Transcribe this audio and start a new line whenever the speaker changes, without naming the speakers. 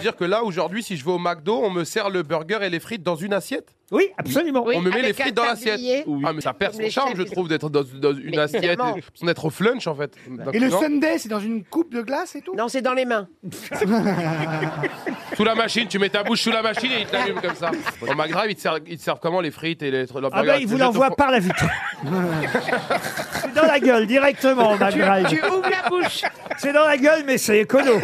dire que là, aujourd'hui, si je vais au McDo, on me sert le burger et les frites dans une assiette
Oui, absolument.
on me met
avec
les
un
frites dans l'assiette.
tablier.
Oui. Ah mais ça perd
Comme
son
les
charme,
chefs,
je
ils-
trouve, d'être dans, dans une
Mais
assiette,
évidemment.
et- sans être au flunch en fait.
Et le
Non.
Sunday, c'est dans une coupe de glace et tout
Non, c'est dans les mains.
Sous la machine, tu mets ta bouche sous la machine et ils te l'allument comme ça. Au McDrive, ils te servent, ils te servent comment les frites et les le
Ah
burger
ben, il vous
Ils te
l'envoie
font-
par la vitre. c'est dans la gueule, directement, Matt Drive.
Tu ouvres la bouche.
C'est dans la gueule, mais c'est écolo.